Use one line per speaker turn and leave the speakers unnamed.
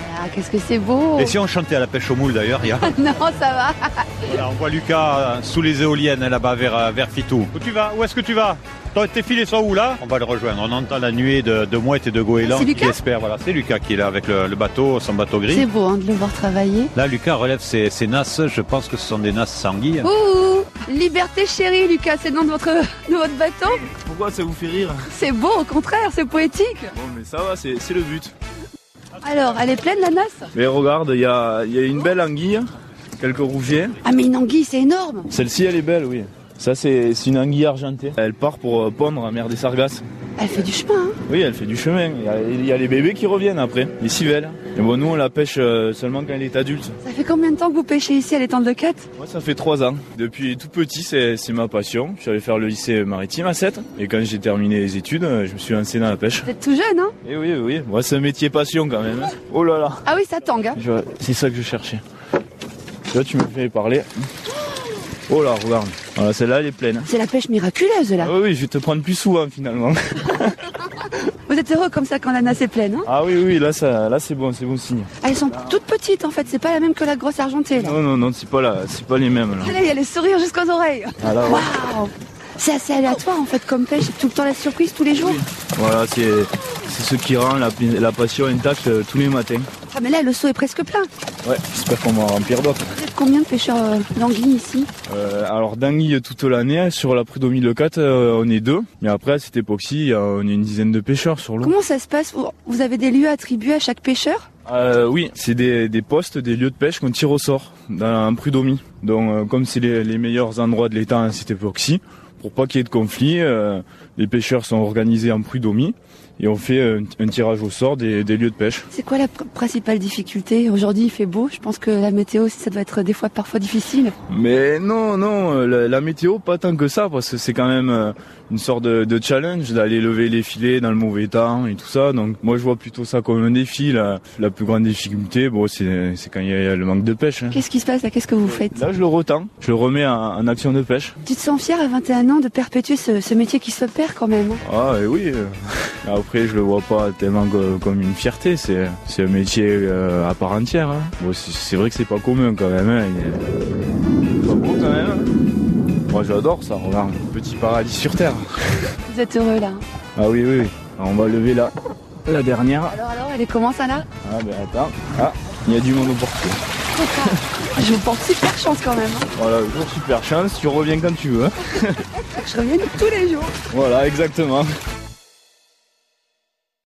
Ah, qu'est-ce que c'est beau
Et si on chantait à la pêche aux moules d'ailleurs, il y a-
Non, ça va.
Voilà, on voit Lucas euh, sous les éoliennes là-bas vers, euh, vers Fitou. Où tu vas Où est-ce que tu vas Toi, Tes filets sont où là On va le rejoindre. On entend la nuée de, de mouettes et de goélands
C'est
qui
Lucas
espèrent. Voilà, c'est Lucas qui est là avec le, le bateau, son bateau
C'est
gris.
beau hein, de le voir travailler.
Là, Lucas relève ses, ses nasses. Je pense que ce sont des nasses sanguilles.
Ouh Liberté chérie, Lucas, c'est le nom de votre, de votre bateau.
Pourquoi ça vous fait rire
C'est beau, au contraire, c'est poétique.
Bon, mais ça va, c'est c'est le but.
Alors, elle est pleine la nasse
Mais regarde, il y a, il y a une belle anguille, quelques rougiers.
Ah, mais une anguille, c'est énorme.
Celle-ci, elle est belle, oui. Ça, c'est c'est une anguille argentée. Elle part pour euh, pondre à mer des Sargasses.
Elle fait du chemin. hein.
Oui, elle fait du chemin. Il y a- Il y, a les bébés qui reviennent après, les civelles. Et bon, nous, on la pêche euh, seulement quand elle est adulte.
Ça fait combien de temps que vous pêchez ici à l'étang de Leucate
Moi, ça fait trois ans. Depuis tout petit, c'est c'est ma passion. Je suis allé faire le lycée maritime à 7. Et quand j'ai terminé les études, euh, je me suis lancé dans la pêche.
Vous êtes tout jeune, hein
Et oui, oui, oui. Moi, c'est un métier passion quand même. hein. Oh là là
Ah oui, ça tangue. hein.
Je- C'est ça que je cherchais. Là, tu me fais parler. Oh là, regarde. Voilà, celle-là, elle est pleine. hein.
C'est la pêche miraculeuse, là.
Ah oui, oui, je vais te prendre plus souvent finalement.
Vous êtes heureux comme ça quand la nasse est pleine. Hein
Ah oui, oui, là, ça, là c'est bon, c'est bon signe.
Ah, elles sont toutes petites, en fait. C'est pas la même que la grosse argentée, là.
Non, non, non, c'est pas là, c'est pas les mêmes là.
Là, il y a les sourires jusqu'aux oreilles.
Ah, là, ouais.
Waouh C'est assez aléatoire, en fait, comme pêche. C'est tout le temps la surprise, tous les jours.
Voilà, c'est, c'est ce qui rend la, la passion intacte euh, tous les matins.
Ah, mais là, le seau est presque plein.
Ouais, j'espère qu'on va en remplir d'autres.
Vous êtes combien de pêcheurs euh, d'anguilles ici
Euh, alors d'anguille toute l'année, hein, sur la pré 2004, euh, on est deux. Mais après, à cette époque-ci, euh, on est une dizaine de pêcheurs sur l'eau.
Comment ça se passe Vous- Vous avez des lieux attribués à chaque pêcheur
Euh, oui, c'est des, des postes, des lieux de pêche qu'on tire au sort dans un prud'homie. Donc euh, comme c'est les, les meilleurs endroits de l'état à cette époque-ci, pour pas qu'il y ait de conflit, euh, les pêcheurs sont organisés en prud'homie et on fait un, un tirage au sort des, des lieux de pêche.
C'est quoi la pr- principale difficulté Aujourd'hui, il fait beau. Je pense que la météo, ça doit être des fois parfois difficile.
Mais non, non, euh, la, la météo pas tant que ça parce que c'est quand même euh, une sorte de, de challenge d'aller lever les filets dans le mauvais temps et tout ça. Donc moi je vois plutôt ça comme un défi. La, la plus grande difficulté, bon, c'est c'est quand il y a le manque de pêche. hein.
Qu'est-ce qui se passe là Qu'est-ce que vous faites
Là, je le retends, je le remets en, en action de pêche.
Tu te sens fier à 21 ans de perpétuer ce, ce métier qui se perd quand même. hein
Ah et oui. euh. Après, je le vois pas tellement co- comme une fierté. C'est c'est un métier euh, à part entière. hein. Bon, c'est- c'est vrai que c'est pas commun quand même. hein. Il est- Pas beau quand même. hein. Moi, j'adore ça. Regarde, petit paradis sur terre.
Vous êtes heureux là. hein
Ah oui, oui. oui. Alors, on va lever la la dernière.
Alors, alors, elle est comment ça là
Ah ben attends. Ah, il y a du monde au portier.
Je vous porte super chance quand même. hein.
Voilà, jour super chance. Tu reviens quand tu veux. hein.
Je reviens tous les jours.
Voilà, exactement.